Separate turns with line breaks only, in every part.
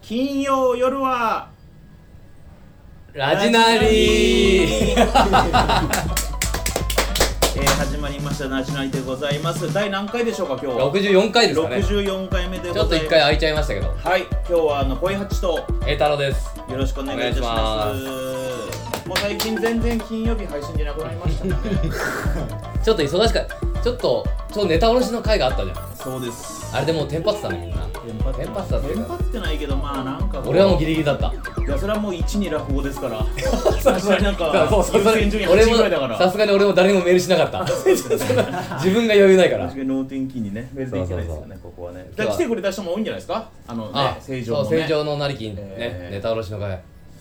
金曜夜は
ラジ ナリー
え ー始まりましたナショナリでございます第何回でしょうか今日は
64回ですかねち
64回目でござい
ょ
ま
っ
す
と一回空いちゃいましたけど
はい今日はあの恋八と
栄太郎です
よろしくお願いいたしますもう最近全然金曜日配信じゃなくなりました ね
ちょっと忙しかったちょっとちょっとネタ卸しの回があったじゃん
そうです
あれでもうテンパってたねみんな
テンパって
テンパってたっていうか
テンパってないけどまあなんかこ
俺はもうギリギリだった
いやそれはもう1に落語ですから さすがになんか
そうそう
優
そう
先順位
俺
8ぐらいだか
もさ
ら
すがに俺も誰にもメールしなかった 自分が余裕ないから
確かに脳天気にねメールできないですよねここはねだから来てくれた人も多いんじゃないですかあのね正常の
そう
ね
正常のなりきんね
えー
ネタ卸しの回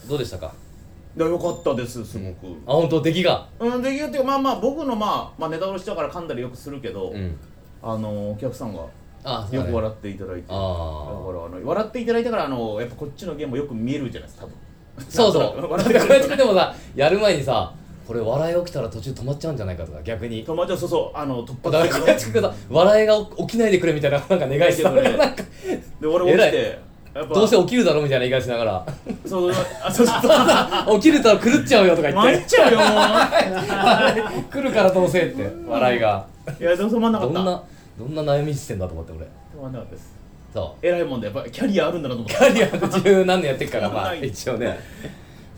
どうでしたか
いやよかったですすごく、
あ本当出来が
うん、できるっていうかまあまあ僕のまあ、まあ、ネタ卸しだから噛んだりよくするけど、
うん
あのお客さんが
あそう
よ
だね
く笑っていただいて、だからあ
ああ
の笑っていただいたからあのやっぱこっちのゲームもよく見えるじゃないですか多分
そうそうこ
笑っ
う
て
や
く
っ
れる
てでもさやる前にさこれ笑い起きたら途中止まっちゃうんじゃないかとか逆に
友達はそうそうあの突
だから
発
こ
的
うやって
に
くると笑いが起きないでくれみたいななんか願いしてた
それ
なんか
で俺落ちてやっぱ
どうせ起きるだろうみたいな言い方しながら
そうそうあ そうそうそう
起きると狂っちゃうよとか言
参
っ
っちゃうよ も
て 来るからどうせって笑いが
ういやでも止まんなか
ど
っ
ん
た
などんな悩みしてんだと思って俺
止まんなかったです
そ
偉いもんでやっぱキャリアあるんだなと思っ
う
た
キャリアで十何年やってっからまあ
ない
一応ね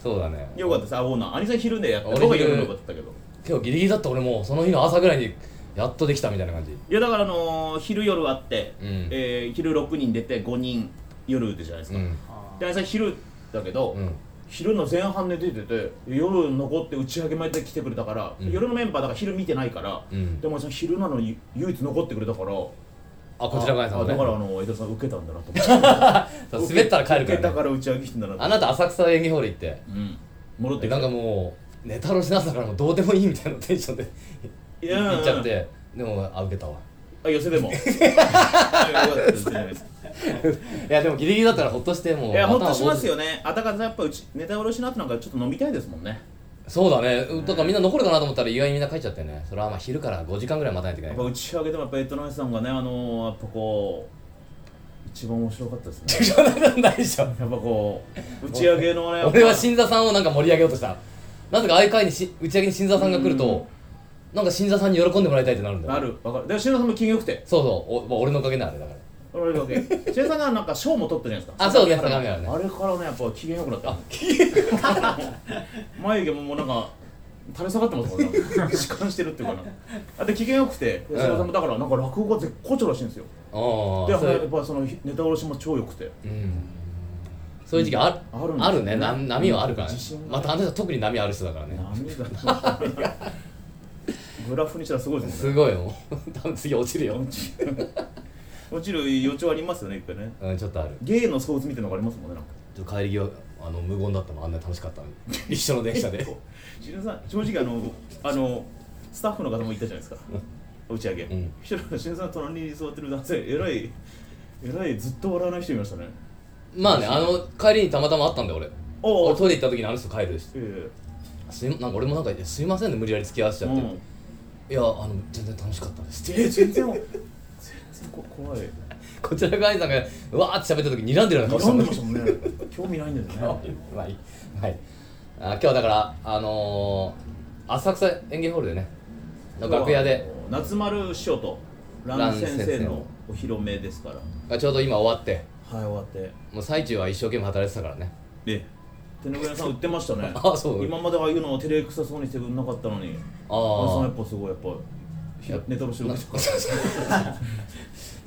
そうだね
よかったですあオーナー兄さん昼でやって
俺
僕は
昼
夜の方だったけど
今日ギリギリだった俺もうその日の朝ぐらいにやっとできたみたいな感じ
いやだからあのー昼夜あって、
うん
えー昼6人出て5人夜でじゃないです
う
か、
ん
で朝昼だけど、
うん
昼の前半で出てて夜残って打ち上げまで来てくれたから、
うん
夜のメンバーだから昼見てないから、
うん
でもその昼なのに唯一残ってくれたから
あこちら側さんも
あだ
ね
からあの江戸さん受けたんだなと思って
そう 滑ったら帰る
受け
か
た
らね
から打ち上げしてんだなと
あ
思って
なた浅草演技ホール行って
うん戻って
で
きた
なんかもうネタのしなさからもうどうでもいいみたいなテンションで
いや
行っちゃってでもあ受けたわ
あ寄せでもいやよかったですね
いやでもギリギリだったらほっとしてもう
いやほっ
頭
と
を
しますよねあたかさんやっぱうちネタ卸しの後なんかちょっと飲みたいですもんね
そうだねだからみんな残るかなと思ったら意外にみんな帰っちゃってねそれはまあ昼から5時間ぐらい待たないといけ
や
な
っぱ打
い
ち上げでもやっぱエトナイさんがねあのー、やっぱこう一番面白かったですね
ないでしょ
やっぱこう打ち上げのねやっぱ
俺は新座さんをなんか盛り上げようとしたなぜかああいう会にし打ち上げに新座さんが来るとなんか新座さんに喜んでもらいたいってなるんだよ
なるわかるで篠田さんも金よくて
そうそうお、まあ、俺のおかげなあれだから
俺だけ篠田さんがなんか賞も取ったじゃないですか
あそうね
あれから
相模原
あれからねやっぱ機嫌よくなった 眉毛ももうなんか垂れ下がってますもんね弛緩してるっていうかなあで機嫌よくて篠田さんもだからなんか落語が絶好調らしいんですよ
ああ
でやっ
そ
ぱやっ
う
ぱそのネタ卸しも超良くて
うんそういう時期ある
あるんですね
あるねな波はあるからね
自信が
またあの人は特に波ある人だからね
涙がグラフにしたらすごいですもんね
すごいよ 多分次落ちるよ
落ちる 落ちる予兆ありますよね一回ね
うんちょっとある
芸の構図みたいなのがありますもんねなんか
ちょっと帰り際あの無言だったのあんなに楽しかったのに 一緒の電車で
しのさん正直あのあのスタッフの方もいたじゃないですか打ち上げ、
うん
一人のしのさんの隣に座ってる男性えらいえらいずっと笑わない人いましたね
まあねあの帰りにたまたま会ったんだよ俺
おう
俺トイレ行った時にあの人帰るし
え
すいなんか俺もなんかいや「すいませんね無理やり付き合わせ
え
ちゃって」いやあの全然楽しかったです」
うん、え全然全然こ怖い
こちら側にさんがうわーって喋った時睨んでるような顔して
睨んでましたもんね興味ないんだよね
まあいいはい、あ今日はだからあのー、浅草演芸ホールでねの楽屋で
夏丸師匠と蘭先生のお披露目ですから
がちょうど今終わって
はい終わって
もう最中は一生懸命働いてたからね
で手ぬぐい屋さん売ってましたね
あそう
今までああいうのを照れくさそうにしてくれなかったのに
あ
あさんや
あ
っぱすごいやっぱひ
や
ネタの仕事してくれた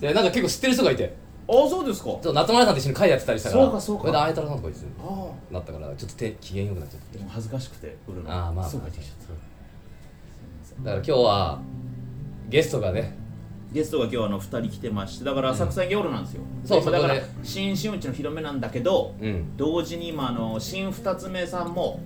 でなんか結構知ってる人がいて
あそうですか
ちょっと夏村さんと一緒に会やってたりしたから
そうかそうか
これであやたらさんとかいつ
ああ
なったからちょっと手機嫌よくなっちゃって
でも恥ずかしくて売るの
ああまあ
そうか
まあだから今日はゲストがね
ゲストが今日あの2人来てましてだから浅草に夜なんですよ、
そう
で
そこ
だ
で
から新真打ちの広めなんだけど、
うん
同時に今あの新二つ目さんも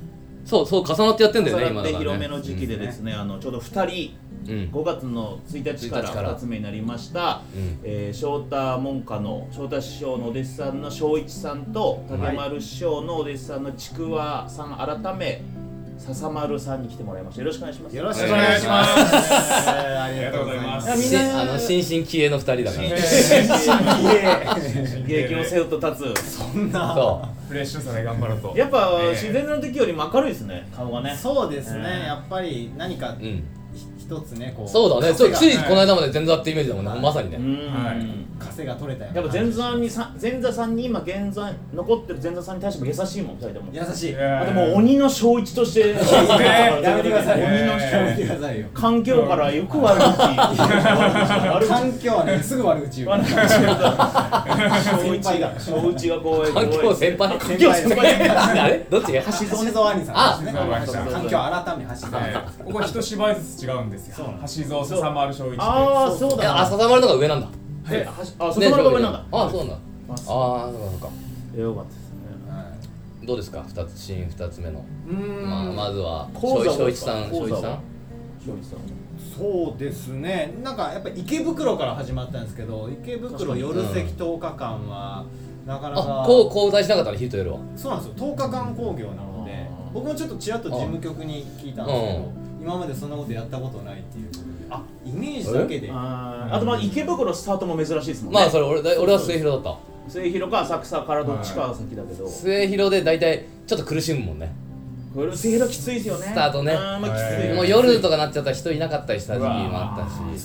そうそう重なってやってんだよね
重な
今
っ
だ
て
から、ね、
広めの時期でですね、あのちょうど2人
うん、うん
5月の1日から
1日から
2つ目になりました、
うん
えー翔太門下の翔太師匠のお弟子さんの翔一さんと
はい
竹丸師匠のお弟子さんのちくわさん改め笹丸さんに来てもらいましたよろしくお願いします
よろしくお願いします。えーありがとうございます。
あみん
し
な
あの新進気鋭の二人だか
え
ら
すげえ現役を背負っと立つ
そん な。
そ
フレッシュさで頑張ろうと
やっぱ
ええ
自然の時よりも明るいですね顔がね
そうですね、
えー
やっぱり何か
ううん
ひ一つね、こう。
そうだね
そ
そううついこの間まで前座ってイメージだもんねまさに
う
ね
ん、
はい
稼が取れたよ。
やっぱ前座にさ前座さんに今現在残ってる前座さんに対しても優しいもん二人とも
優しい。
え
あともう鬼の正一として
やめてください。
えー
鬼の
やめてくださいよ。
環境からよく悪口悪口
環境はね、すぐ悪口言う。
悪口正
先輩
一が
が
正一がこう
環境先輩
環境先輩
あれどっち
橋蔵兄さんですね。
あ
環
そうそう
境改め橋蔵。
はいここは一芝居ずつ違うんですよ
そう
橋蔵笹丸正一で
ああそう
いや
だ
あ笹丸の方が上なんだ
えはしあそこまでが上なんだ
あそうなんだ
あそ
ああそうかそうか
うよかったですね
はい
どうですか二つシーン二つ目の
うーん
まあまずは
講座は
正一さん
講座
正一
は
さん
正一さん
そうですねなんかやっぱ池袋から始まったんですけど池
確か
袋
に
夜席10日間はなかなか
あこう交代しなかったね昼と夜は
そうなんですよ10日間興行なので
あー
僕もちょっとちらっと事務局に聞いたんですけど今までそんなことやったことないっていう
あ
イメージだけで
あーあとまあ池袋スタートも珍しいですもんね
まあそれ俺だ俺は末広だっ
末広か浅草からどっちかが先だけど
た末広で大体ちょっと苦しむもんね
これ末広きついですよね
スタートね
あーまあきつい
は
よ
い
もう夜とかなっちゃったら人いなかったりした時期もあった
うわ
し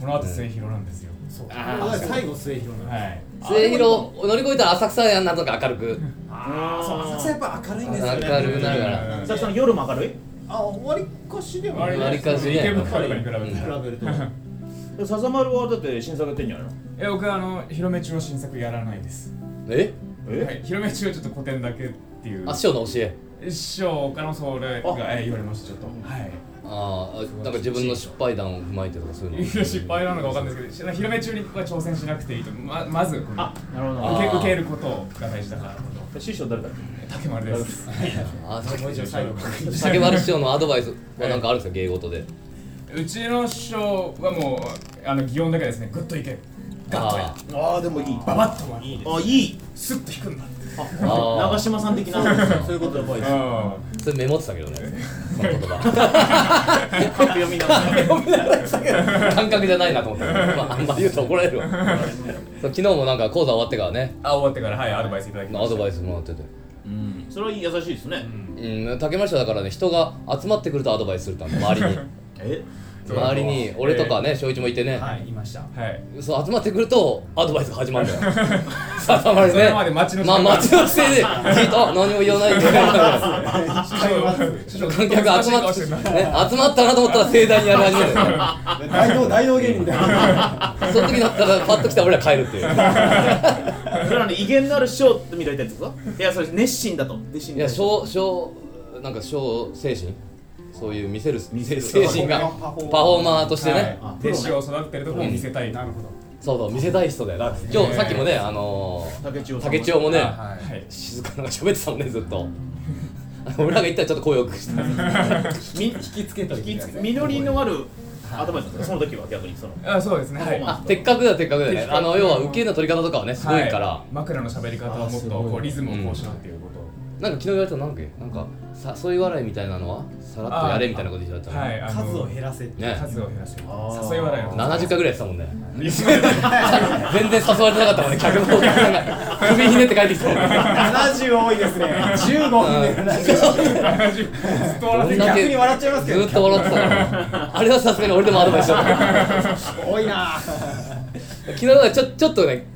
この後末広なんですよ
そう
あー
これが最後末広なんです
はい
末広乗り越えたら浅草やなんとか明るく
あーそう浅草やっぱ明るいんですよね
明るくなるか
う
ら
ん
浅草の夜も明るい
あわりかしでも
割
割かしね
池袋とかに比べ
比
たら
べると
で笹丸はだって新作やってんじゃないの
え僕あの広め中の新作やらないです
え
は
え
い広め中はちょっと古典だけっていう
あ師匠の教え
師匠からもそれ
あ
がえ言われましたちょっとはい
ああなんか自分の失敗談を踏まえてとかそういうの
失敗なのかわかんないですけど広め中に僕は挑戦しなくていいとままずこの
あなるほ
あ
ど
受け受けることが大事だからこの
師匠誰だっ
竹丸です
あ
もう一度最後
竹丸師匠のアドバイスはなんかあるんですか芸事 で
うちの師匠はもうあの擬音だけですねグッといけガッと
あ
や
けああでもいい
ババッとはいいです
あいい
スッと引くんだって
あー
長嶋さん的な
そういうこと
覚え
あ
ーそれメモってたけどねその言 葉
読みながら
感覚じゃないなと思ったけど、まあ、あんま言うと怒られ るわそう昨日もなんか講座終わってからね
あ終わってからはいアドバイスいただきま
ア
した
ドバイスもらってて
うんそれは優しいですね
うん竹丸師匠だからね人が集まってくるとアドバイスするってあるの周りに
え
周りに俺とかね正一もいてね、
はいいました
はい
そう集まってくるとアドバイスが始まるん だよ 笹丸
そ
ね
れまで待ちの時
まあ
間
待ちの姿勢でじっとあ何も言わないで
師匠は
師匠
観客集まって、
る
ね、 集まったなと思ったら盛大にやり始めるよね
大道大道芸人だよ
その時になったらパッと来たら俺ら帰るっていう
それはね威厳のある師匠ってみたいなやつですかいやそれ熱心だと熱心
い
だ
や
と
小小なんか小精神そういう見せる
見せる
精神が
パ
パ
フ
フ
ォーマー
ォーマーとしてね、
はい弟子を育ててるところを見せたい
なる
は
ほど
そうそう見せたい人だよな今日さっきもねあの
竹千代
ー、
さん
竹千代もね、
はい
静かなのが喋ってたもんねずっと俺らが行ったらちょっと声をくした
み
引きつけといて
引き
くだ
つ
さい
実りのある頭ですかその時は逆にその
あそうですねは
パ
い
フォーマン
あせっかくだよせっかくだよね
せっかく
あの要は受けの取り方とかはねすごいから、
は枕の喋り方をもっとこうリズムをこうしろっていうことを
なんか昨日言われたのなんだっけなんか誘い笑いみたいなのはさらっとやれみたいなこと言われたの、
はいあの
数を減 らせって
ね
数を減らせる
あー
誘い笑いを
70回ぐらいやってたも んね
リズムで
全然誘われてなかったもんね客のお客さんが首ひねって帰ってきたもんね
70多いですね15分で70
70ずっと笑
ど
って
ん
る
だ
逆
け
に笑っちゃいますけど
ずっと笑ってたからあれはさすがに俺でもアドバイスしようと思った
多いな
昨日はちょちょっとね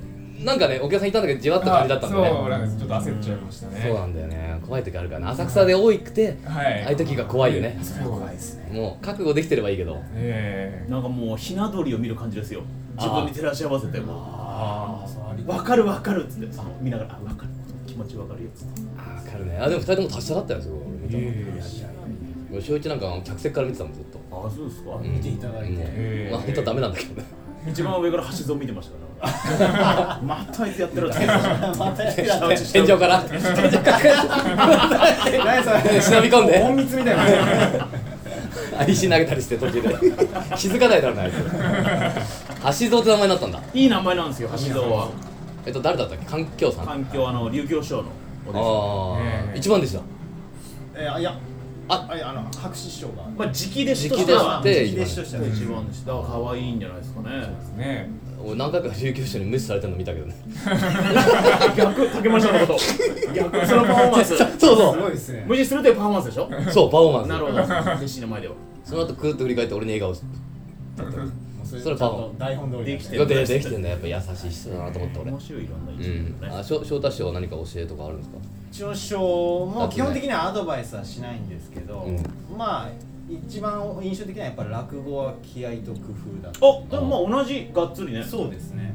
なんかねお客さんいたんだけどじわっと感じだったんだね
そうなんですちょっと焦っちゃいましたね
そうなんだよね怖い時あるからね浅草で多くて、
はい
ああいう時が怖いよね
怖いですね
もう覚悟できてればいいけど
ええ
なんかもうひな鳥を見る感じですよ自分に照らし合わせても
あ
う分かる分かるっつってその見ながらあ分かる気持ち分かるよっつって
あ分かるねあでも2人とも達者だったよすごい俺見
ー
た
い
の
やいやいや
吉尾一なんかあの客席から見てたもんずっと、
ああそうですか
うん、
見ていただいて
う
へ
ん
ー
まあ本当はダメなんだけどね
一番上から橋蔵見てましたからまたあいつやってるって
またやって
下打ちして
天井から天井から
何それ
忍び込んで
隠密みたいな
石投げたりして途中で気づかないだろうなあいつ橋蔵って名前になったんだ
いい名前なんですよ橋蔵は
えっと誰だったっけ環境さんあ
環境あの琉球師匠のお弟子
あー
ええ
一番でした
えーあいや
あ
あいやあの白紙師匠が
まあ、直弟子と
直
して
弟
は
子で
直弟子としては
一番でした可愛いんじゃないですかね
ね
俺何回か琉球師匠に無視されてるの見たけどね
逆竹村さんのこと逆そのパフォーマンス
そう
す
そ
ごいですね
無視するというパフォーマンスでしょ
うそうパフォーマンス
なるほど弟子の前では
その後クーッと振り返って俺に笑顔
もうそれ
それ
ちゃんと台本通りだね
できてる
がでできてんだやっぱ優しい人だなと思った俺
面白いいろんな意見
う
だ
ん、
よ
あ
ね
しょ翔太師匠は何か教えとかあるんですか
一応師匠も基本的にはアドバイスはしないんですけど、
う
まあ一番印象的なやっぱ落語は気合と工夫だと
あでもまあ同じがっつりね
そうですね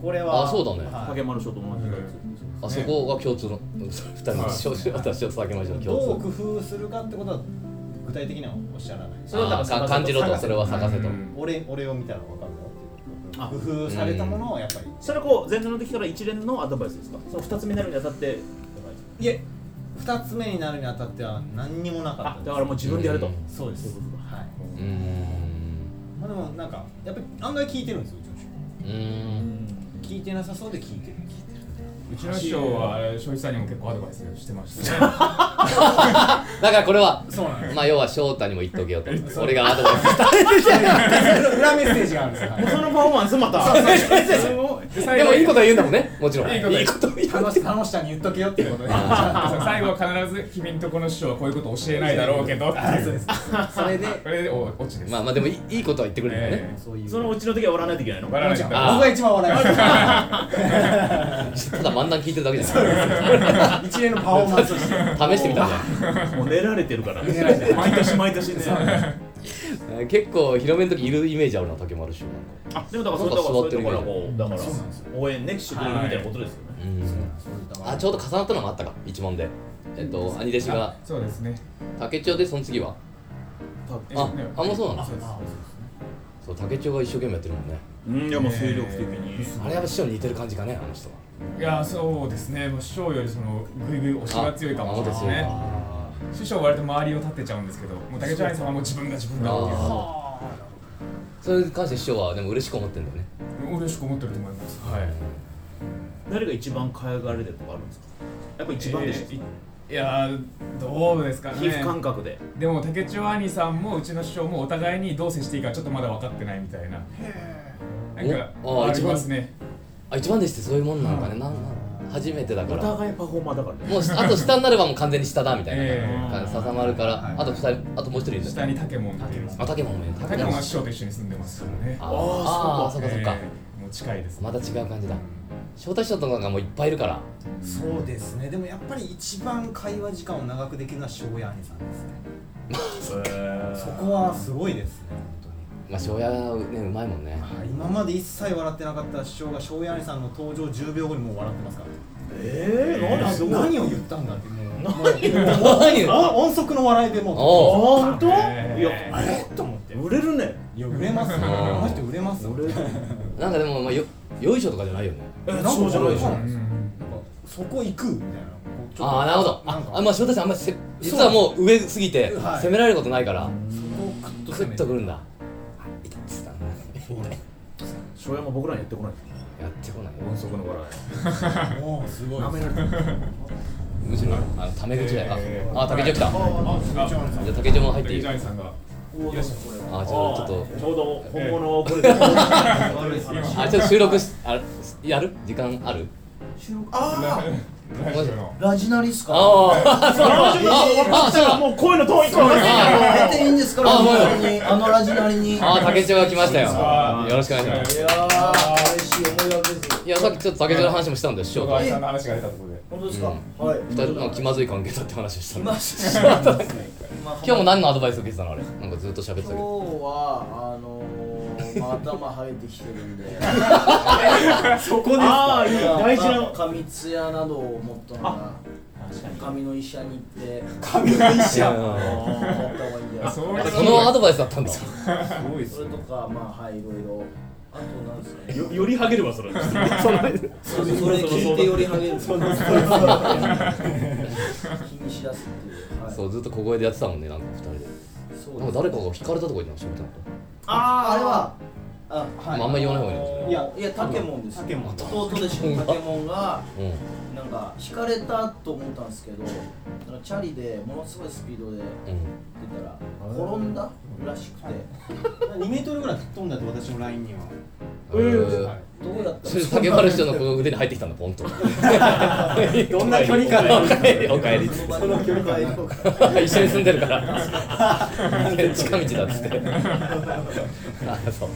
これは
あそうだね
はい
竹丸賞と同じがっつ
あそこが共通の うんそれ二人の師匠私と酒ましの
どう
共
工夫するかってことは具体的にはおっしゃらない
通
それはだ
あ
から
か感じろと
探せ
それは探せと、
うん
俺俺を見たら分かるよ
あ
っていう工夫されたものをやっぱり、
りそれはこう前座の時から一連のアドバイスですかその二つ目になるにあたって
いえ2つ目になるにあたっては何にもなかった
あ
です
だからもう自分でやると
うん
そうです
そういうこと
はい、
うーん
まあ、でもなんかやっぱり案外聞いてるんですようちの師
う
匠
ーん
聞いてなさそうで聞いてる
うちの師匠はあれ庄司さんにも結構アドバイスしてました ね
だからこれは
そうなんです
まあ要は翔太にも言っとけよと
言っとけ
俺がアドバイスした
裏メッセージがある んですよ、
もうそのパフォーマンスまたすごい
でもいいことは言うんだもんねもちろん
いいこと
言う
楽し楽しさに言っとけよっていうことで
最後は必ず君んとこの師匠はこういうこと教えないだろうけどっていう
そうです それで
これでお落ちです
まあまあでもいいいいことは言ってくれるんだよね、
え
そういう
そのうちの時は笑わないといけないの
笑わないといけ
僕
ない
あー
が一番笑いました
ただ漫談聞いてるだけじゃない
一連のパフォーマンスとして
試してみたんだよ
もう練られてるから
練られてる
毎年毎年ね
えー結構広めの時いるイメージあるな竹丸師匠なんか
あでもだからそういうとこそ
なんか座
う
っ
い
て
う
る
ところはこうだから
そうなんですよ
応援ねしてくれるみたいなことですよね
うんあちょうど重なったのもあったか一問でえっと兄弟子が
あそうですね
竹千代でその次はあ
えね
あもうそうなんだ
そうです
そう竹千代が一生懸命やってるもんね
うんいやもう精力的に
あれやっぱ師匠に似てる感じかねあの人はい
やそうですねもう師匠よりそのグイグイ押しが強いかもしれないです
あ
ね師匠は割と周りを立てちゃうんですけどもう竹内兄さんはもう自分が自分
あ
がっていう
ーそれに関して師匠はでも嬉しく思ってんだよね
嬉しく思ってると思いますはい
誰が一番可愛がられてるとかあるんですかやっぱ一番でしょ
えーいいやーどうですかね
皮膚感覚で
でも竹千代兄さんもうちの師匠もお互いにどう接していいかちょっとまだ分かってないみたいななんか
おあー
ありますね
あ一番弟子ってそういうもんなんかねなんなん初めてだか
お
らも
互いパフォーマーだからね
うあと下になればもう完全に下だみたいな
え
え
感じ笹丸からあと二人あともう一人いるんだ
下
よね
に竹門っています
あ竹もね
竹門は師匠と一緒に住んでますからね
あ
あ
あ
ー
ーそうかそうか
えーもう近いです
また違う感じだ翔太師匠とかがもういっぱいいるから
そうですねでもやっぱり一番会話時間を長くできるのは庄屋兄さんですねそこはすごいですね本
まあ庄屋はねうまいもん ね
当に今まで一切笑ってなかった師匠が庄屋兄さんの登場10秒後にもう笑ってますから
ええ
な
何すごい
何を言ったんだってもう
何よ
あ音速の笑いでもう
おう
あ本当
えー
いや
あれと思って
売れるね
いや売れますよ
あー
この人売れますよ
売れる
なんかでもまあよよいしょとかじゃないよね
え
なんか
そうじゃないでし
わ
ょ
かん
う
ないですよ
ん
なんかそこ行くみたいなこうちょっと
ああなるほど
なん
あ
か
あまあ翔太さんあんまりせ実はもう上すぎて
はい
攻められることないから
そこをクッと
グ
攻
ッ
め
と
て
くるんだいたっつったんだ
翔山僕らにやってこない
やってこない
音速の笑
もうすごい
舐められ
むしろあのタメ口だよ
えー
ああ竹内来たじゃ
ああ
あ竹内も入ってい
竹
い
内兄さんが
いおー
よし
これ
あじゃあち
あ
ょっ
ーちょうど本物をこれで
とあちょっと収録しあやる時間ある
あ
ラジオの
ラジナリスか。
ああ
あそうなんだあそうなんだもう声の遠い声の遠い
やっていいんですから、
あもうよ
ラジナリにあのラジナリに。
あ竹内が来ましたよ
あー
よろしくお願いします
いやー、嬉しい思いがけですよ。
いやさっきちょっと竹内の話もしたんだよ師
ちょ
匠と
うど兄さんの話が出たところで
本当ですか。
う
はい。
二人の気まずい関係だって話をしたんだ
今しまったですね。今
今日も何のアドバイスを受けてたのあれなんかずっと喋ってた
今
け
日
ど
はあのー、まあ頭生えてきてるんで。
そこですああいい大事
まあ
な
髪艶などを持ったのが髪の医者に行って
いや
持った方がいいんだよ。
そういう
このアドバイスだったんだ
すごいっ
それとかまあはいいろいろ。あとなんですか
よ
ね。
よりハゲるわそれ
それ聞いてよりハゲる。気にしだすっていう。はい
そうずっと小声でやってたもんねなんか二人で
そう
な
で
ん
す
か誰かが引かれたとか言ってましたみたいな
あーあれはあ
まああんまり言わない方がいいん
いやいやタケモンですよ
タケモン
弟弟子のタケモンが
うん
なんか引かれたと思ったんですけどなんかチャリでものすごいスピード
うん
で出たら転んだらしくて
2メートルぐらい吹っ飛んだって私のラインには
えー
はい
どうやった
そ
ら
れで竹丸師匠のこの腕に入ってきたんだポンとど
んな距離感
おかえりおかえりっつって
その距離感
一緒に住んでるから近道だっつってあそう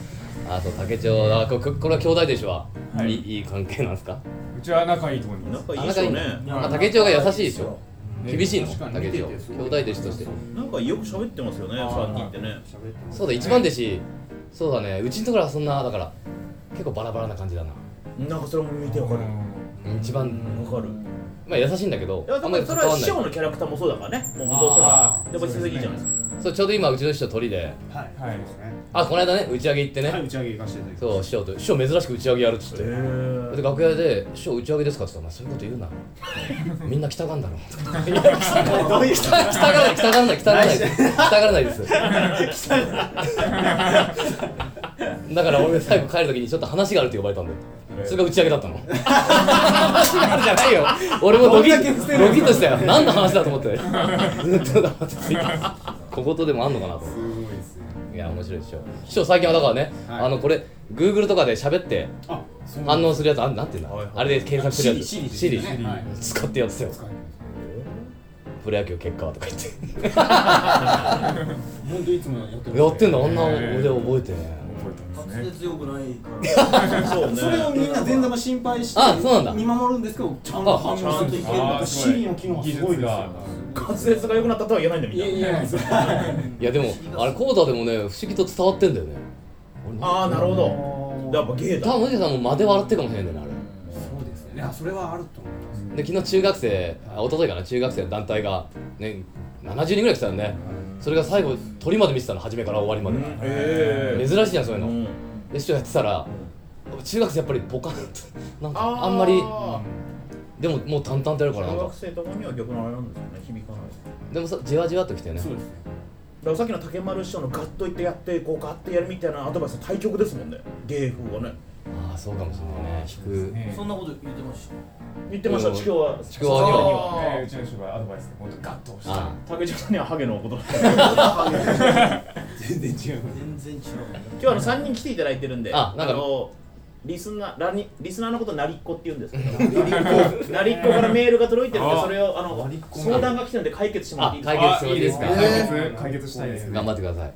あそう竹千代だこここれは兄弟弟子は、、
はいい
いいい関係なんですか
うちは仲いいと思います
仲いいっすよね
あ仲いいあ竹千代が優しいでしょ
ね
厳しいの
確かに
竹千代
見ててす
兄
ごい
弟弟子として
なんかよく喋ってますよね
あー
三人ってね
喋ってます
そうだ一番弟子そうだねうちのところはそんなだから結構バラバラな感じだな
なんかそれも見てわかる
一番
わかる
まあ優しいんだけど
いやで
あん
も
まり
そ
関
れは
わん
師
ない
匠のキャラクターもそうだからねもう元師匠が
あー
やっぱ成績いいじゃないですか
そうちょうど今うちの師匠鳥で
はい
はい
そうですね
あこの間ね打ち上げ行ってね、
はい打ち上げ行かせていただきま
そう師匠と師匠珍しく打ち上げやるっつって、
へ
で
え
楽屋で「師匠打ち上げですか?」って言ったら「お前そういうこ と言うなみんな来たがんだろ」とか「いや来たがんない来た来たがらない来たがらない来たがらない来たがらないです」 だから俺最後帰る時にちょっと話があるって呼ばれたんでそれが打ち上げだったの話があるじゃないよ俺もドキッドキッとしたよ何の話だと思ってずっと黙ってついた小言でもあんのかなと思って
すごいですね
いや面白いでしょ師匠最近はだからね、
はい
あのこれ Google とかで喋って
あそう
反応するやつあんなんていうんだ、
はいはい
あれで検索するやつ
シリ
シリ
ですねはい
使ってやってたよ
使います
プロ野球結果はとか言って
本当いつもやってます
やってんだあんな
へー
腕覚えてね
覚えてます
滑
ね
舌良くないから
そうね
それをみんな全玉心配して
あそうなんだ
見守るんですけどちゃんと反応するといける
ああ
シリの機能はすごいですよ
滑舌が良くなったとは言えないんだみん
い
な
やいや
いやでもあれコーダでもね不思議と伝わってんだよね
ああなるほどやっぱ芸
多
だ
分もしかしたらもう間で笑ってるかもしれないんだよね
そうですねいやそれはあると思います
あれで昨日中学生あ一昨日かな中学生の団体がね70人ぐらい来たよねそれが最後鳥まで見てたの初めから終わりまで、
へえ
珍しいじゃんそういうの、
うん
で師匠やってたら中学生やっぱりポカンとなんか
あー
あんまりでももう淡々とやるからなん
小
か
学生とかには逆のあれなんですよね響かない
でもさじわじわっときてね
そうですね
だからさっきの竹丸師匠のガッといってやってこうガッてやるみたいなアドバイスは対局ですもんね芸風はね
ああそうかもしれないね引く
ね
そんなこと言ってました
言ってました
うん
ちくわは
ちくわには
あ
ねうちの人がアドバイスでもっとガッと押して
あ
竹内さんにはハゲのこと
全然違う
全然違う
今日あの3人来ていただいてるんで
あなんか
のリスナーラニリスナーのことなりっこって言うんですけど なりっこからメーっ子からメールが届いてるんで
あ
それをあの
なりっこ
相談が来てるんで解決してもらっていいです
あ
か
解決してもいいですか
あいいですね解決解決したいですね
頑張ってください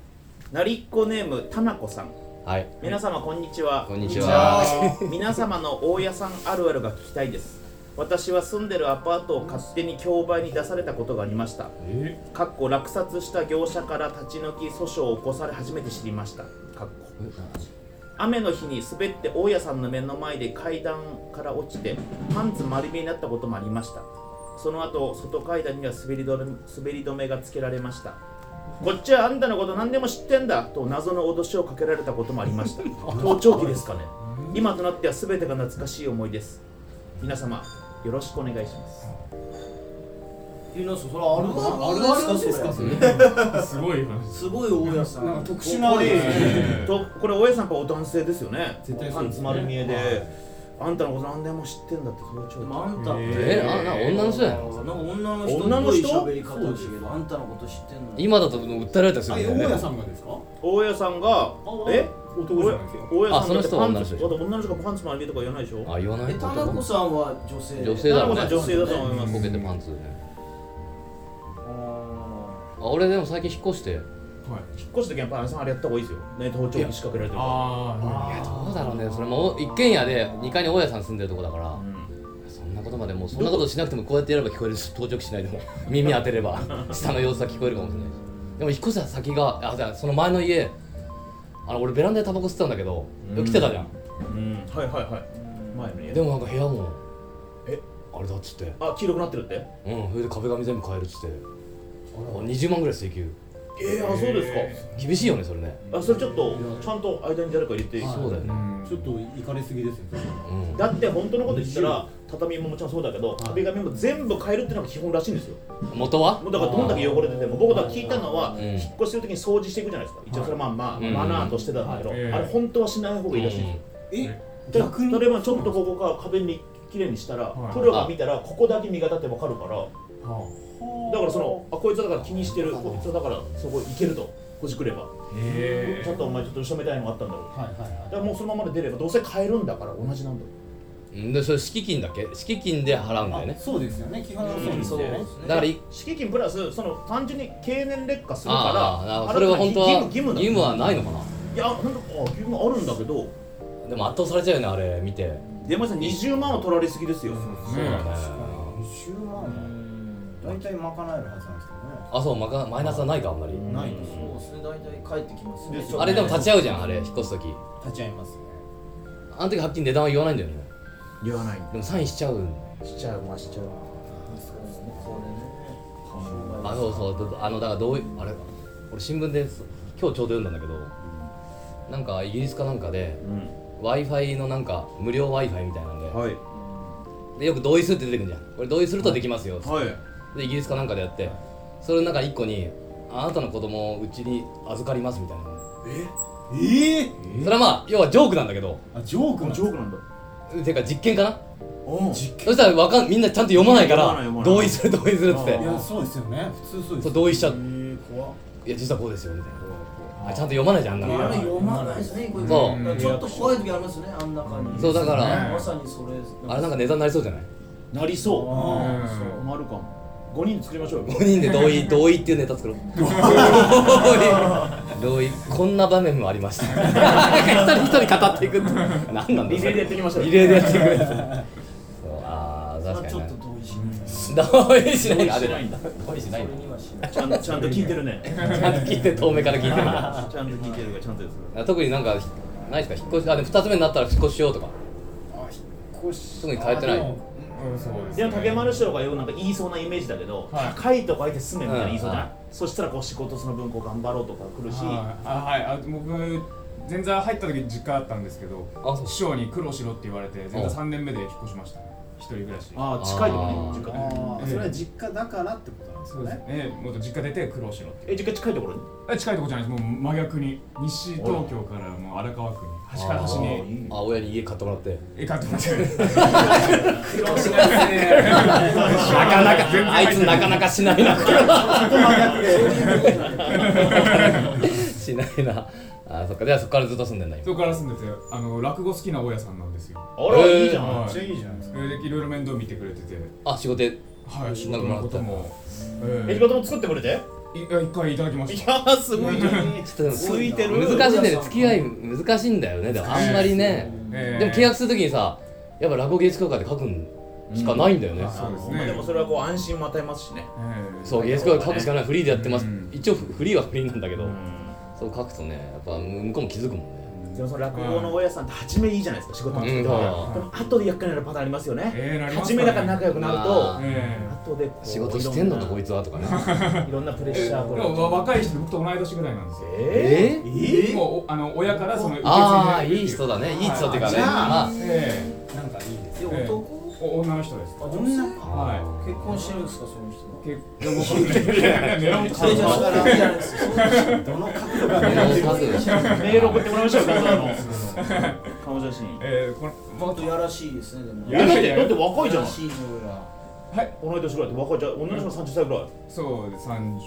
なりっこネームたなこさん
はい
皆様こんにちは
こんにちは
皆様の大家さんあるあるが聞きたいです私は住んでるアパートを勝手に競売に出されたことがありました
え
かっこ落札した業者から立ち退き訴訟を起こされ初めて知りましたかっこ雨の日に滑って大家さんの目の前で階段から落ちてパンツ丸見えになったこともありましたその後外階段には滑り止め滑り止めがつけられましたこっちはあんたのこと何でも知ってんだと謎の脅しをかけられたこともありました盗聴器ですかね今となっては全てが懐かしい思いです皆様よろしくお願いします
いやなんかそれある
あるあるですかそれ
すごい話
すごい大家さん
なんか特殊な例ですね
とこれ大家さんやっぱ男性ですよね
絶対そ
パ
う
ン
です
ツ
ね
丸見えであんたのこと何でも知ってんだって盗聴器
あんたって
えー、あなんか女の人じゃない
なんか女の人
女の人
っぽい喋り方だけどあんたのこと知ってんの
今だと訴えられたりす
あ
る
れ
ん
大
だよ
家
ね
さんがですか
大家さんがえ
男じゃないですよ
大家
あ
さん
そ
だ
の
って
人は
パン
女の
ツ
人
だって女の人がパンツ丸見えとか言わないでしょ
あ言わない
え田中さんは女性
女性だろうね
田中さん女性だと思います
ポケットパンツあ俺でも最近引っ越していや
引っ越した時はパンさんあれやった方がいいですよね盗聴器仕掛けられてるか
あ
どうだろうねそれも一軒家で2階に大家さん住んでるとこだから、
らうん
そんなことまでもうそんなことしなくてもこうやってやれば聞こえるし盗聴器しない でも耳当てれば下の様子は聞こえるかもしれないしでも引っ越した先があじゃあその前の家あの俺ベランダでタバコ吸ってたんだけどよく来てたじゃん
うんはいはいはい前の家
でもなんか部屋も
え
あれだっつって
あ黄色くなってるって
うんそれで壁紙全部変えるっつってあ20万ぐらい請求
えー、あそうです
厳しいよねそれね
かあそれちょっとちゃんと間に誰か入れて
そうだよね
ちょっと行かれすぎですよ
うん
だって本当のこと言ったら畳ももちろんそうだけど壁紙も全部変えるってのが基本らしいんですよ
元は
もうだからどんだけ汚れてても僕だから聞いたのは
うん
引っ越しする時に掃除していくじゃないですか一応それはまあまあ
うん
マナーとしてたんだけど
はい
あれ本当はしない方がいいらしいんですよ
え
で例えばちょっとここが壁に綺麗にしたら、
はい
プロが見たらここだけ身型ってわかるから
は
だからそのあこいつはだから気にしてるこいつはだからそこいけるとほじくれば
あへ
ちょっとお前ちょっと後ろめたいのがあったんだろう
はいはいはい
だからもうそのままで出ればどうせ変えるんだから同じなんだよ
うんでそれ敷金だっけ敷金で払うんだよね
そうですよね基本はそうですよね
だからい
敷金プラスその単純に経年劣化する
あ
か
あ
ら
なるほ
あ
どそれは本当は
義務義務だ
義務はないのかない
や本当あ義務あるんだけど
でも圧倒されちゃうよねあれ見て
出ません20万は取られすぎですよ、
そうだね
20万だいたい賄えるはずなんですけど
あそうまかマイナスはないかあんまり
ねないです
そうですね大体帰ってきますね
ですよ
あれでも立ち会うじゃんあれ引っ越す時
立ち会いますね
あの時はっきり値段は言わないんだよね
言わない
でもサインしちゃう
しちゃうまあしちゃう
そうですねこれね
あそうそうだあのだからどういあれ俺新聞でそ今日ちょうど読んだんだけどなんかイギリスかなんかで
うん
w i f i のなんか無料 w i f i みたいなんで,、
はい
でよく同意するって出てくるじゃんこれ同意するとできますよ、
はい
でイギリスかなんかでやってそれの中1個に「あなたの子供をうちに預かります」みたいな
ええ
それはまあ要はジョークなんだけど
あジョークなん
ジョークなんだ
てか実験かな
うん
そしたらわかんみんなちゃんと読まないから
読まない読まない
同意する同意するっつって
いやそうですよね普通そうです
そう
よ
同意しちゃう
え怖っ
いや実はこうですよみたいなあちゃんと読まないじゃんあんな
あ
の
れ読まないですねこういう
そう
のちょっと怖い時ありますねあんな感じ
そうだから
まさにそれ
あれなんか値段になりそうじゃない
なりそ
あ
うそうなるかも5人作りましょうよ
5人で同 意同意っていうネタ作ろう同意同意こんな場面もありました 一人一人語っていくって何なんだ
リレーでやっていきましょう
リレーでやっていくやつそうあー確か
ちょ
に
っと
ね
同意しない
同意しないんだあ
同意
れ
しないんだ
同意し
そ
な
れ
いんだ
にはしない
ちゃんちゃんと聞いてるね
ちゃんと聞いて遠目から聞いてるから
ちゃんと聞いてるからちゃんとです
特になんかないですか引っ越しあでも2つ目になったら引っ越しようとか
あ引っ越し
特に変えてない
あでも
うんそうです
でも竹丸
市
師匠がよくなんか言いそうなイメージだけど、
はい
高いとこ相手住めみたいな言いそうじゃない、
うん
そしたらこう仕事その分こう頑張ろうとか来るし、
あはいあ僕前座入った時実家あったんですけど
あそう
師匠に苦労しろって言われて前
お
座3年目で引っ越しましたね一人暮らし
ああ近いとこね実家
あ
ね
ーそれは実家だからってことなんです
そ
よ
うです
ね
ねえもっと実家出て苦労しろって
え実家近いところに
え近いとこじゃないですもう真逆に西東京からもう荒川区に端から端
あ
に
ーあ親に家買ってもらって
え買ってもらって
苦労しないですね
なかなかあいつなかなかしないなしないなあーそっかではそっからずっと住んでんだ
そ
今
こから住んでてあの落語好きな大家さんなんですよ
あら、
えー
いいじゃん
は
めっちゃいいじゃないです
そ
か
れでいろいろ面倒見てくれてて
あ仕事で
はい仕事のことも
え
え
実家とも作ってくれて
えいや一回いただきま
い
し
や
た
ー すごいね
ちょっと
ついてる
難しいんだよね付き合い難しいんだよねでもあんまりね
で
でも契約するときにさやっぱ落語芸術協会で書くんしかないんだよね、
そうですね
でもそれはこう安心も与えますしね
そう芸術協会書くしかないフリーでやってます、一応フリーはフリーなんだけど、
うん
そう書くとねやっぱ向こうも気づくもんね
でもその落語の大家さんって初めいいじゃないですか仕事の時
う
で
んそ
も後で厄介になるパターンありますよね、
えーなります
初
ね
めだから仲良くなると
まあ
え
後でこう
仕事してんの
い
か
ろ
こいつはとかね
いろんなプレッ
え
シャー
でも若い人で僕と同い年ぐらいなんですよ
え
え
ー、
もうおあの親からその受け継いで
あ あ
ってう
いい人だねいい人っていうかね
じゃ
まあ
ええ
なんかいいです
え
よ
男
お女の人です
あ女性か
は
結婚してるんですかその人は
結構僕メロン
それ じゃそれじゃないですよ
どの角度が
メールを書
メール送ってもらいましょうか、その彼女写真。
えーこ
も
の
っとやらしいですねでも
や
え
ら
だ
し
っ
い
て、だって若いじゃん
やら。しいのが
同い年ぐらいって若いじゃん。女の人は30歳ぐらい。
そう30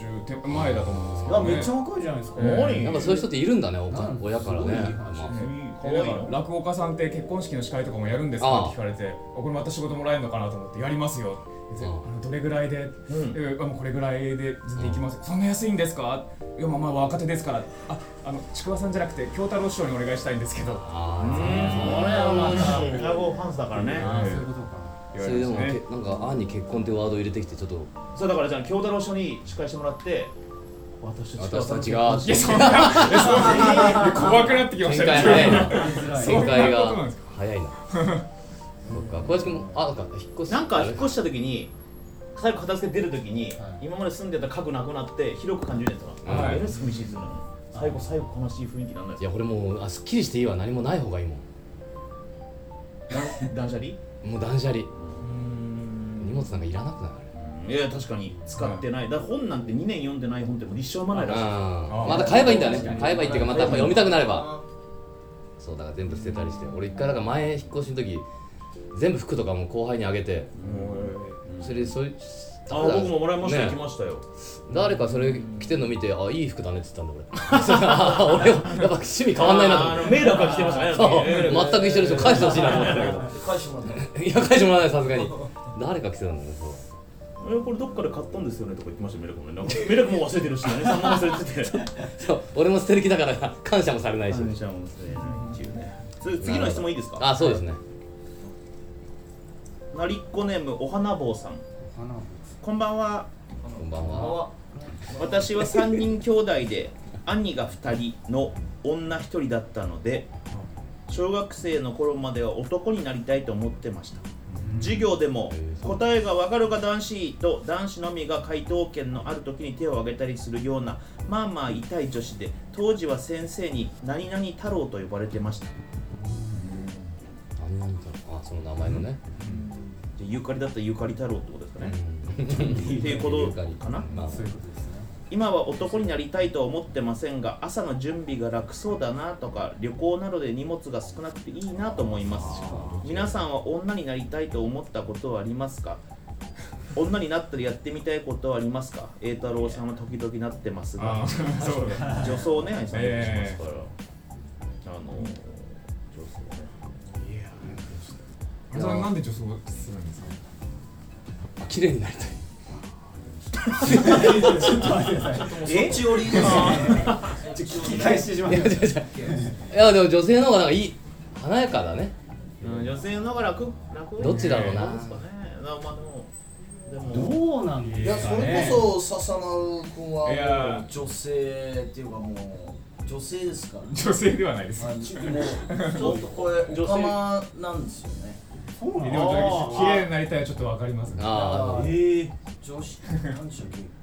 手前だと思うんですけ
あ
ど、
めっちゃ若いじゃないですか
えー
何
やっぱそういう人っているんだねおか
なんか
親からね
すごいいい話
まあ
ね
可愛い
えだか
の
ら落語家さんって結婚式の司会とかもやるんです
ああ
かって聞かれてあこれまた仕事もらえるのかなと思ってやりますよって
ああ
あのどれぐらいで、
うん
えあもうこれぐらいで全然いきます、そんな安いんですかいやまあまあ若手ですからああのちくわさんじゃなくて京太郎師匠にお願いしたいんですけど
あ
ラゴファンスだからね。
あーそういうことか
あ
言わ
そ
れ
れで
ま
も
すね
けなんか「あ」に結婚ってワードを入れてきてちょっと
そうだからじゃあ、京太郎署に司会してもらって、私たち
私たち
あ
が
いやそんなえそんなえ怖くなってきま
展
した
開早いな
そう
展開
そういうことなん
が
ですか
早いなそっか小林君もあなんか引っ越し
なんか引っ
し
越した時に、最後片付け出る時に
は、い
今まで住んでた家具なくなって、広く感じるんですよ。
はい
えらい寂しいですよね。最後、最後悲しい雰囲気なんない
い
です
や俺もうあすっきりしていいわ何もない方がいいも
か。断捨離い
んもう断捨離荷物なんかいらなくなる
や、確かに使ってない。だから本なんて2年読んでない本ってもう一生読まないらしい。
うん
あ
また買えばいいんだよ
確か
ね
に
買えばいいっていうかまたやっぱ読みたくなればそうだから全部捨てたりして俺一回だから前引っ越しの時全部服とかも後輩にあげてそれでそういう
あ僕ももらいました、
ね
行きましたよ
誰かそれ着てんの見てあいい服だねって言ったんだ俺そう あ俺はやっぱ趣味変わんないなと
あ
思っ
あ
て
の迷惑が来てましたね
そう
迷惑
全く一緒でしょ返してほしいなと思ったん だけど
返してもらった
いや返してもらわないさすがに誰か来てたんだねそう
えこれどっかで買ったんですよねとか言ってましたメラクもねなんかメラクも忘れてるしね3万忘れてて
そう俺も捨てる気だから感謝もされないし
じゃあもう忘れないっていうねつ次の質問いいですか
あそうですね
なりっこネームお花坊さん
花を
こんばんは
こんばんは
あ
私は3人兄弟で兄が2人の女1人だったので小学生の頃までは男になりたいと思ってました授業でも答えがわかるか男子と男子のみが回答権のある時に手を挙げたりするようなまあまあ痛い女子で当時は先生に何々太郎と呼ばれてました
何なんだろうあその名前のね
でゆかりだったらゆかり太郎ってことですかね、
うん
っていうことかな
まあ
そういうことですね
今は男になりたいとは思ってませんが朝の準備が楽そうだなとか旅行などで荷物が少なくていいなと思います皆さんは女になりたいと思ったことはありますか女になったらやってみたいことはありますか栄太郎さんは時々なってます
あ
が
あそうね
女装ね愛さんよくしま
え
すから、あの女装ね
えそれなんで女装するんですか
あ綺麗になりたい
そっち寄りですね
ちょっと聞き返してしまった
いやでも女性の方がなんかいい華やかだね
うん、女性の方が楽楽
どっちだろうな
ですかねまあまあでもでも
どうなん
い
で
や
す
そ
か
れ
ね
こそ笹丸君はい
や
もう女性っていうかもう女性ですから
女性ではないです
あちょっともうちょっとこ
女
れ
性
おかまなんですよね
そう
で
な
も
の
綺麗になりたいはちょっとわかりますね
ああ
あええ女子なんでしたっけ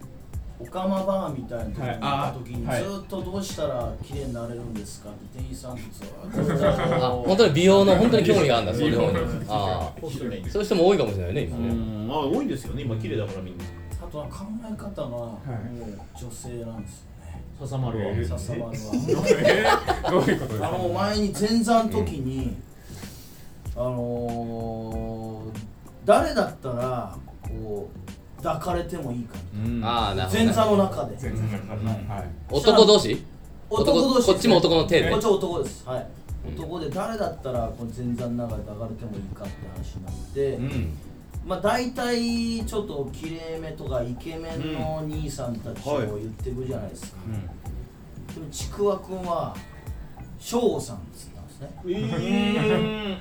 おかまバーみたいなとこに行った時に、
はいあーはい
ずっとどうしたら綺麗になれるんですかって店員さんとず
あ
っ
本当に美容の本当に興味があるんだそういう方に
美容
あ
そうですね
あそういう人も多いかもしれないね今
う
ね
ん、あ多いですよね今綺麗だからみんな
とあとは考え方がもう女性なんですよね
笹丸は
えー
笹丸
え
は
ーどういうことです
あ
か
の前に前座の時に、あのー、誰だったらこう抱かれてもいいか
うん
ああなる
な
ほどね
前座の中で
全然わかん ないはい
男同士
男同士
こっちも男の手で
こっちも男ですはい
うん
男で誰だったらこの前座の中で抱かれてもいいかって話になって、
うん
まあ大体ちょっときれいめとかイケメンの兄さんたちを言ってくじゃないですか、でもちくわくんは翔吾さんって言ったんですね
うんうん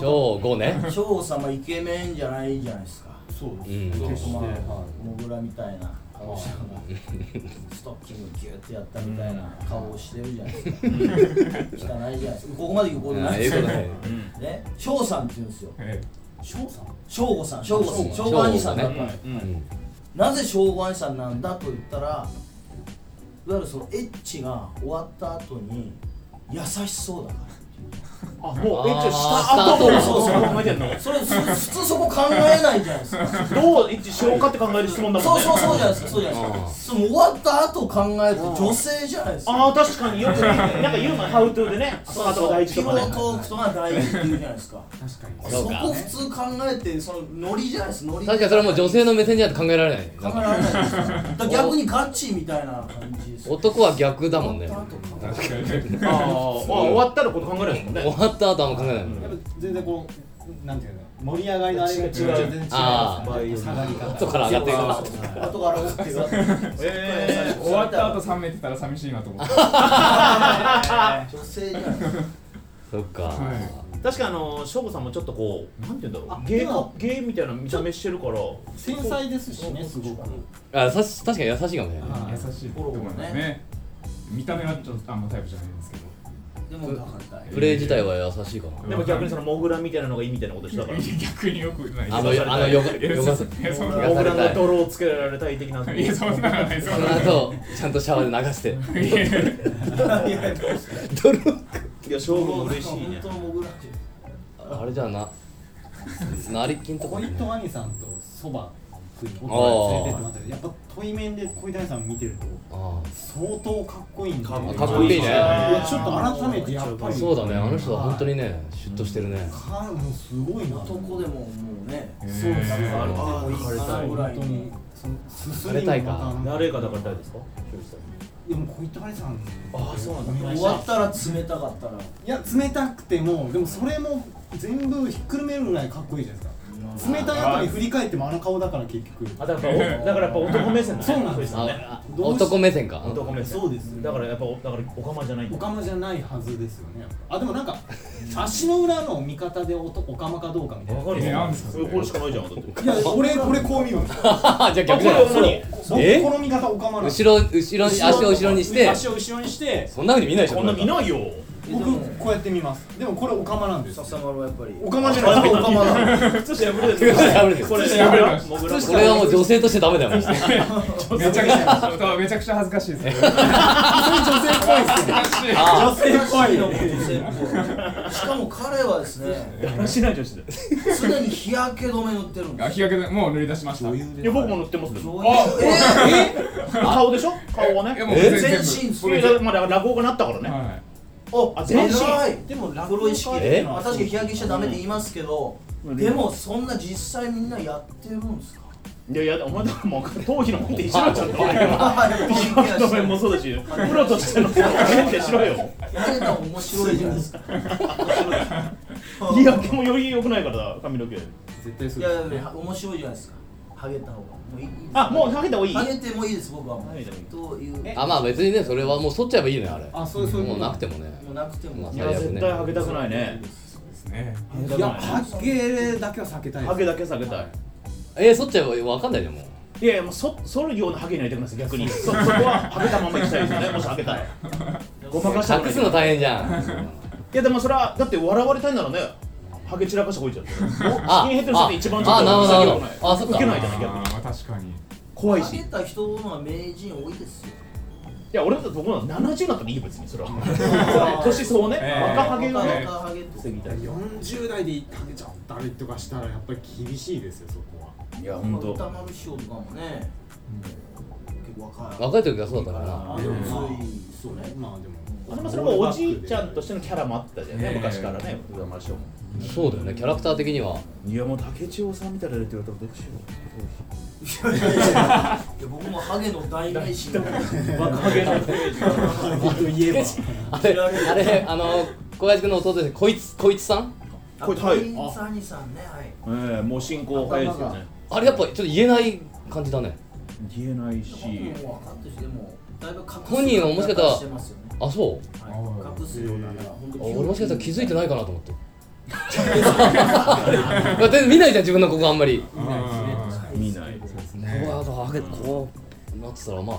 小五ね
翔吾さんはイケメンじゃないじゃないですか
そう
うん
まあ
決してはい
モグラみたいな顔したのがストッキングギュッてやったみたいな顔をしてるじゃないですか汚いじ ゃないですかここまで言うこと
あ
な
あ
い
い
で
う
す
こ
よ
とね
ね翔さんって言うんですよ
え
翔さん
翔吾さん翔吾さん
翔
翔
吾
吾兄さんだった
翔吾
の
ね
う
うんん
なぜ昭和さんなんだと言ったらいわゆるそのエッチが終わった後に優しそうだか
あもうエッチをし
あ
た
ー
後も
スター
そ
ト
うそう考えてんの
らそれふ普通そこ考えないじゃないですか
どうエッチしようかって考える質問だもん
そう
ね
そうそうじゃないですかそうじゃないですかその終わった後考えると女性じゃないですか
ああ確かによくなんか言うもんねハウトゥーでねその後が大事とかね
ピロートークとか大事って言うじゃないですか
そ
そう
か
こ普通考えてそのノリじゃないですノリ
確かにそれはもう女性の目線じゃないと考えられない
考えられないですよだから逆にガチみたいな感じですよ
男は逆だもんね
終わ
終
った後考
え確かに
ああ終わったらこと考えないですもんね
わった後はあんま考えないもんね
やっぱ全然こうなんていうの盛り上がりのあれが違う全然違い
あ
ま
ー
すね下がり方
後から上がっていくの
え後から追ってください
え
終わった後冷めてたら寂しいなと思って
女性じゃない
そっか
は
ー確かにあの省吾さんもちょっとこうなんて言うんだろう芸か芸みたいな見た目してるから
繊細ですしねすごく
あさし確かに優しいかもしれない
あ
優しいと思いますね見た目はちょっとあんまタイプじゃないんですけど
でもだから
プレイ自体は優しいかな
でも逆にそのモグラみたいなのがいいみたいなことしたから
逆によくない
あのよあのよがよがす
いやそんな
モグラの泥をつけられたい的ない
やそんなのないそ
そ
ん
の
なの
後ちゃんとシャワーで流して
な
泥
い
いや省吾も嬉しいね
本当モグラって
あれじゃな成金とか
ポイ
ね
ント兄さんとそばふうに僕は連れてってもらったけどやっぱ対面で小谷さん見てると
あ
相当かっこいいんで
かっこいい
かっこいいね
やちょっと改めてやっぱ
あ
り
そうだねあの人は本当にねシュッとしてるね
かもうすごいな
男でももうね
へー
そうですねあれでもいいか
あ
なぐらい
本当に
に
そのすす
枯れ
り
たい
も
か
またなん
誰がだから誰ですか
でも小谷さん
あそうなんだ
お願い
終
したい
わったら冷たかったら
いや冷たくてもでもそれも全部ひっくるめるぐらいかっこいいじゃないですか冷たい後に振り返ってもあの顔だから結局
あだからやっぱおだからやっぱ男目線だね
そうなんです
そうね
あ男目線か
男目線
そうですね
だからやっぱおだからおかまじゃないん
オ
だ
カマじゃないはずですよねあでもなんか足の裏の見方でおとオカマかどうかみたいな
わかる
えなん
よ
ですか
それこれしかないじゃんだって
いや俺これこう見るんですよ
あじゃあ逆じゃ
あこれ
な
何
い
僕
え
この見方オカマなんです
後ろ後ろに足を後ろにして
足を後ろにして
そんなふうに見ないでしょ
こんな見ないよ
僕こうやって見ますでもこれオカマなんです
笹丸はやっぱり
オカマじゃないです
おかまだ靴下破れて
靴下破れてる
これ
靴下破れて
モ
る
グラモグラ
これはもう女性としてダメだよ
めちゃくちゃ本当めちゃくちゃ恥ずかしい ですけど
女性っぽいですね
恥ずかしい
あ
女性っぽい
女性っぽいしかも彼はですね
だらしない女子で
常に日焼け止め塗ってるん
あ
です
日焼け止めもう塗り出しました。い
いや僕も塗ってますよ
よ
顔でしょ顔は
や
ね
もう
え
全
全身
それ
は
だまだ落語家になったからね
い。
あ全身
でも落語意識で、まあ、確かに日焼けしちゃダメって言いますけど、でもそんな実際みんなやってる んですか
いやいやお前だからもう頭皮の本って一緒になっちゃったわ
あでも日焼け
お前もそうだしプロとしての本ってしろよ
たら面白いじゃないですか
日焼けもより良くないからだ髪の毛
絶対そ
いやいや面白いじゃないですかハゲた方がもういい
あもうかけた方がいい
ハゲてもいいです僕はも
ハゲてもいいう
という
え
あまあ別にねそれはもう剃っちゃえばいいのよあれ
あそうそう
もうなくて
も
もね
もうなくても
まあ
い
最
や
悪
絶対ハゲたくないね
ですね。
ハゲた
い
く
や
な
ハゲだけは避けたい
い
です
ハゲだけ避けたい
え剃っちゃえばわかんないじゃんもう
いやいやもうそ剃るようなハゲになりたくないです逆にそそこはハゲたまま行きたいです よねもしハゲたらごまかしたくな
隠
い
すの大変じゃん
いやでもそれはだって笑われたいならねハゲ散らかしてこいじゃんスキン
あ
ヘッドして一番
あなるほどなるほ
避
ど
けよう
あそっか
受けないじゃん逆に
あ確かに。
怖い
ハ
しい
ゲた人の方が名人多いですよ
や俺だって僕は70になったらいいよ別にそれ は年相応ね
えー
若ハゲ
な
が
か
ね
なかハゲって
防ぎたいよ
40代でハゲちゃったりとかしたらやっぱり厳しいですよそこはい
や
ま
本
あ
当
歌丸師匠とかもね、結構若い。
若い時がそうだったからな
あでもそういそうね。
まあでも
あでもそれもおじいちゃんとしてのキャラもあったじゃんね、昔からね、歌丸師匠も。
そうだよねキャラクター的にはい
や、もう竹千代さんみたいなのって言われたらどうしよう。
いや僕もハゲの代名 詞の。
若ハゲなんで
ハゲといえば
あれあれあの小林君の弟でこいつこいつさん
これはい
あ小林さんね、はい。
えー、もう進行早いですよね。
あれやっぱちょっと言えない感じだね
言えないし。
僕も分かってるし、でもだいぶ隠す。
本人はもしかしたら
てますよね。
あそう
はい隠すような本当
あ俺もしかしたら気づいてないかなと思って だって見ないじゃん自分のここあんまり
いないですね
見ない。
こうやっハゲこうなってたらま
う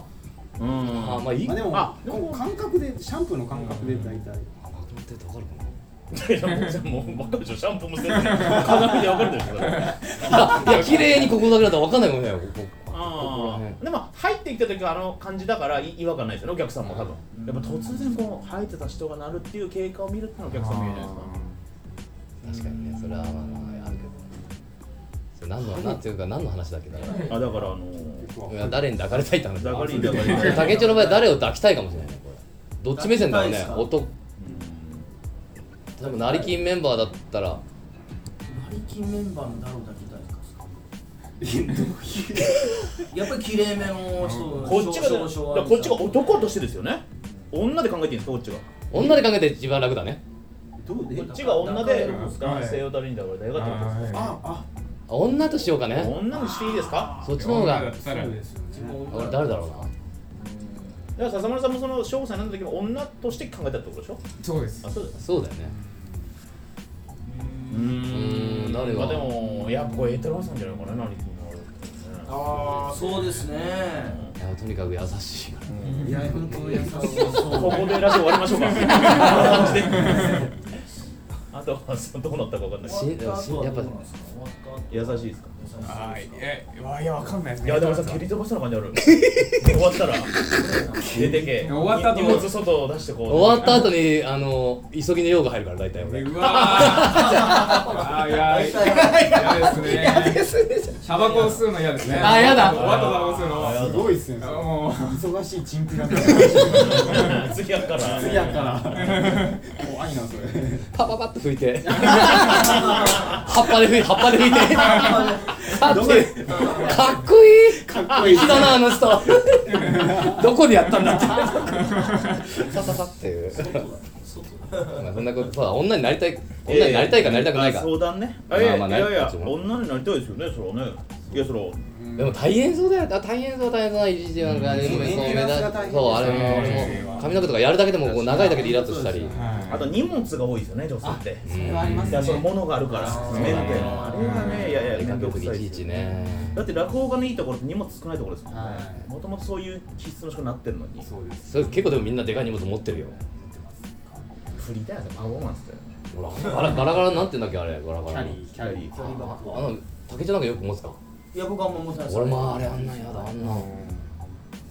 あ
ん。
あーまあいい
まあ
か
でもこう感覚でシャンプーの感覚で大体
まとまってるとわかるかない
や、もうじゃあもう、わかるでしょ、シャンプーも捨てて、鏡でわかるでしょ、それ。
いや綺麗にここだけだったらわかんないもんねここここら
あ
辺
ーでも入ってきた時はあの感じだからい違和感ないですよねお客さんも多分やっぱ突然こう入ってた人がなるっていう経過を見るっていうのはお客さんもいるじゃないですか
確かにねそれはまあまああるけどそれ何のなんていうか何の話だっけだから
あだからあの
いや誰に抱かれたいって話
ー、だ
だ
がりだがり
竹内の場合誰を抱きたいかもしれないねこれどっち目線だろうね
抱き
男多分成金メンバーだったら
成金メンバーのダロだけ誰ですか。やっぱり綺麗めの人。
こっちがだ
少々
からこっちが男としてですよね女で考えていいんですかこっちがこ
女で考えて一番楽だね
どうで
っちが女で
うん
男性を誰にだから大学ってことです
ああ
あ女としようか
か
ね
女にしていいですか
そっちの方があ
さら
そう
に
ですよね
俺誰だろうな
だから笹村さんもその翔さんになった時も女として考えたってことでしょ
そうです
あ。そうです
そうだよね
う
ーん誰が
まあでもやっぱこれエトロさんじゃないかな何君のあれってね
ああ、そうですね。
いやとにかく優しいから
いや本当優しそう
ここでラジオ終わりましょうか。こんな感じで。あとはどうなったかわかんない。
しやっぱ
終わった後はどうなんですか終わった後
優しいですか。
はいえいやわかんないです
い
ね
やでもさ蹴り飛ばしたの感じある終わったら出てけ
終わった後
荷物外を出してこう
終わった後にあの急ぎの用が入るから大体俺
うわーあーいやいやですねタバコ吸うの嫌ですね
あーやだ
終わったタバコ吸うの
すごいっすね
あも
忙しいチンピラみたいな
次やから
やから怖いなそれ
パパパッと拭いて葉っぱで拭いて葉っぱで拭いてかっかっこいいかっこいいだなあの 人どこでやったんだってさささっていうまあそんなことそうだ女になりたい女になりたいかなりたくないか、
えー相談ね
まあ
いやい
まあ
や
なり
いや
立ちも
女になりたいですよねそれはねいやそれは
でも大変そうだよあ大変そう大変そうないじなんか、そう
メンテ
目
ナン
立
スが大変
そうあれ
です
も
ね
俺も髪の毛とかやるだけでもこう長いだけでイラッとしたり
そうです
あと荷物が多いですよね女性って
うん
あります
いやその
ね。
物があるからメンテのあれはねいやいや
とに
面
か
倒
く
く
い
さい
ち
で
い
す
ち
よ
ね
だって落語がねいいところって荷物少ないところですもんね
は
もともとそういう気質の人になってるのに
そうです
それ結構でもみんなでかい荷物持ってるよ
振りだよねパフォーマンスだよね
ほらガラガラガラなんて言うんだっけあれガラガラの
キャリー
あの竹ちゃんなんかよく持つか
いや僕はあんま持たないです
俺もあれあんなんやだあんなん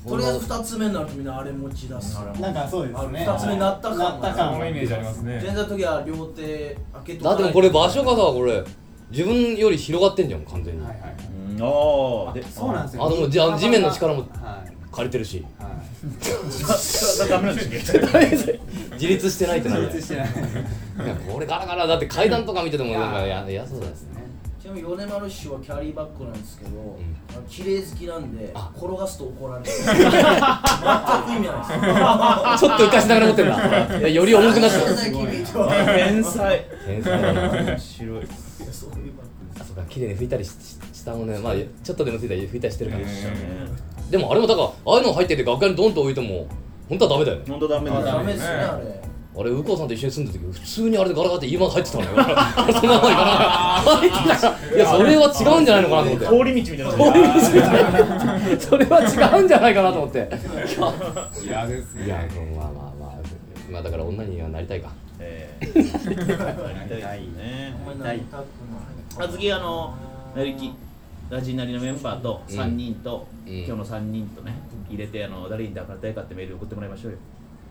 とりあえず二つ目になるとみんなあれ持ち出す
なんかそうですね
二つ目になった
な
か
ったか
うこのイメージありますね
前座の時は両手開けと
だ
か
ってもうこれ場所がさこれ自分より広がってんじゃん完全に
はいはい
うんああ
あそうなんですよ
あでもじゃあ地面の力も
はい
借りてるし
は
すダメなんですね
自立してないって
い
な
自
る
立してない
いやこれガラガラだって階段とか見ててもなんかややそうだよ
ちなみに米丸師匠はキャリーバッグなんですけど、
ん
あの綺麗好きなんで
あ
転がすと 怒られる全く意味ない
ちょっと浮かしながら持ってんだいやより重くなっ
で
ち
す
ゃ
よ
う
最近見ては
天才
天才だな
面白い
そういうバッグ
あそうか綺麗に拭いたりし下もねまあちょっとでもついたり拭いたりしてるから、
うん
でもあれもだからああいうの入ってて楽屋にドンと置いても本当はダメだよね
本当ダメだ
あダメ
ね
ですねあれ
あれ右近さんと一緒に住んでた時普通にあれでガラガラって今入ってたのよ そんなもんいかな入ってたいやそれは違うんじゃないのかなと思って
通り道みたいな
通り道みたいなそれは違うんじゃないかなと思って
いやです
いや
ね
まあまあまあまあだから女にはなりたいか
えーなりたいね
お前なりたくない
あ次あのなりきラジなりのメンバーと3人と、
うん
今日の3人とね入れてあの誰に抱かれたいかってメール送ってもらいましょうよ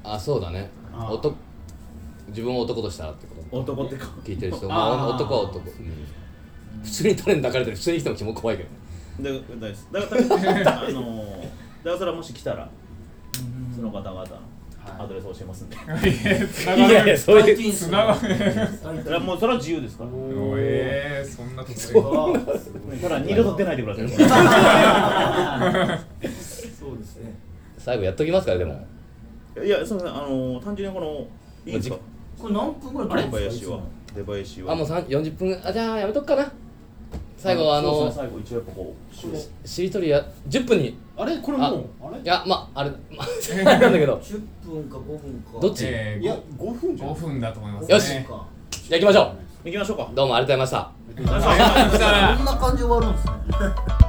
あそうだね
あ
男自分を男としたらってこと
男ってか
聞いてる人まあ男は男、うん普通に誰に抱かれてる普通に来ても気も怖いけど
だから大丈夫ですだからあのーだからそれはもし来たらその方々アドレス教えますんで
いやいやそういう
う
つながる
それはもうそれは自由ですから
おえーそんなとこ
ただ二度と出ないでくださいこれ
そうですね
最後やっときますからでも
いやすみませんあのー単純にこのいいですか
これ何分ぐ
出
らい取るんで
林
すか
は出林は
あもうさん40分あじゃあやめとくかな最後あ
そう
の
ですね最後一応やっぱこう
しりとりや10分に
あれこれ
あ
もうあれ
いやまああれまああれ なんだけど
いつも10分か5分か
どっち
え
いや
ー
5分じゃ
5
ん
分だと思います
よし
5分
ね
か
じゃあ行きましょ
行きましょうか
うどうもありがとうございました
こんな感じで終わるんですね